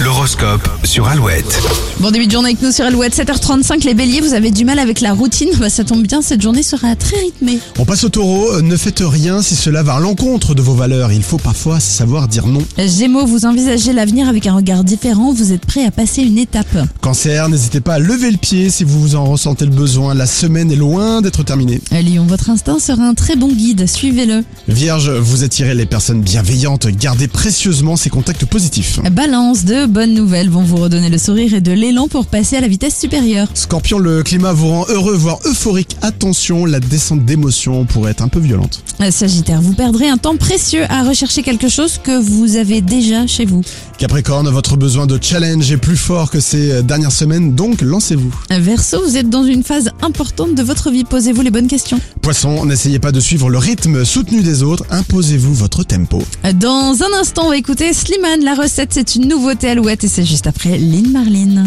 L'horoscope sur Alouette. Bon début de journée avec nous sur Alouette, 7h35, les béliers, vous avez du mal avec la routine, bah, ça tombe bien, cette journée sera très rythmée. On passe au taureau, euh, ne faites rien si cela va à l'encontre de vos valeurs. Il faut parfois savoir dire non. Gémeaux, vous envisagez l'avenir avec un regard différent, vous êtes prêt à passer une étape. Cancer, n'hésitez pas à lever le pied si vous en ressentez le besoin. La semaine est loin d'être terminée. Euh, Lion, votre instinct sera un très bon guide, suivez-le. Vierge, vous attirez les personnes bienveillantes. Gardez précieusement ces contacts positifs. Balance, de bonnes nouvelles vont vous redonner le sourire et de l'élan pour passer à la vitesse supérieure. Scorpion, le climat vous rend heureux, voire euphorique. Attention, la descente d'émotions pourrait être un peu violente. Euh, Sagittaire, vous perdrez un temps précieux à rechercher quelque chose que vous avez déjà chez vous. Capricorne, votre besoin de challenge est plus fort que ces euh, dernières semaines, donc lancez-vous. Euh, Verseau, vous êtes dans une phase importante de votre vie, posez-vous les bonnes questions. Poisson, n'essayez pas de suivre le rythme soutenu des autres, imposez-vous votre tempo. Dans un instant, on va écouter Slimane. La recette, c'est une nouveauté Alouette et c'est juste après Lynn Marlin.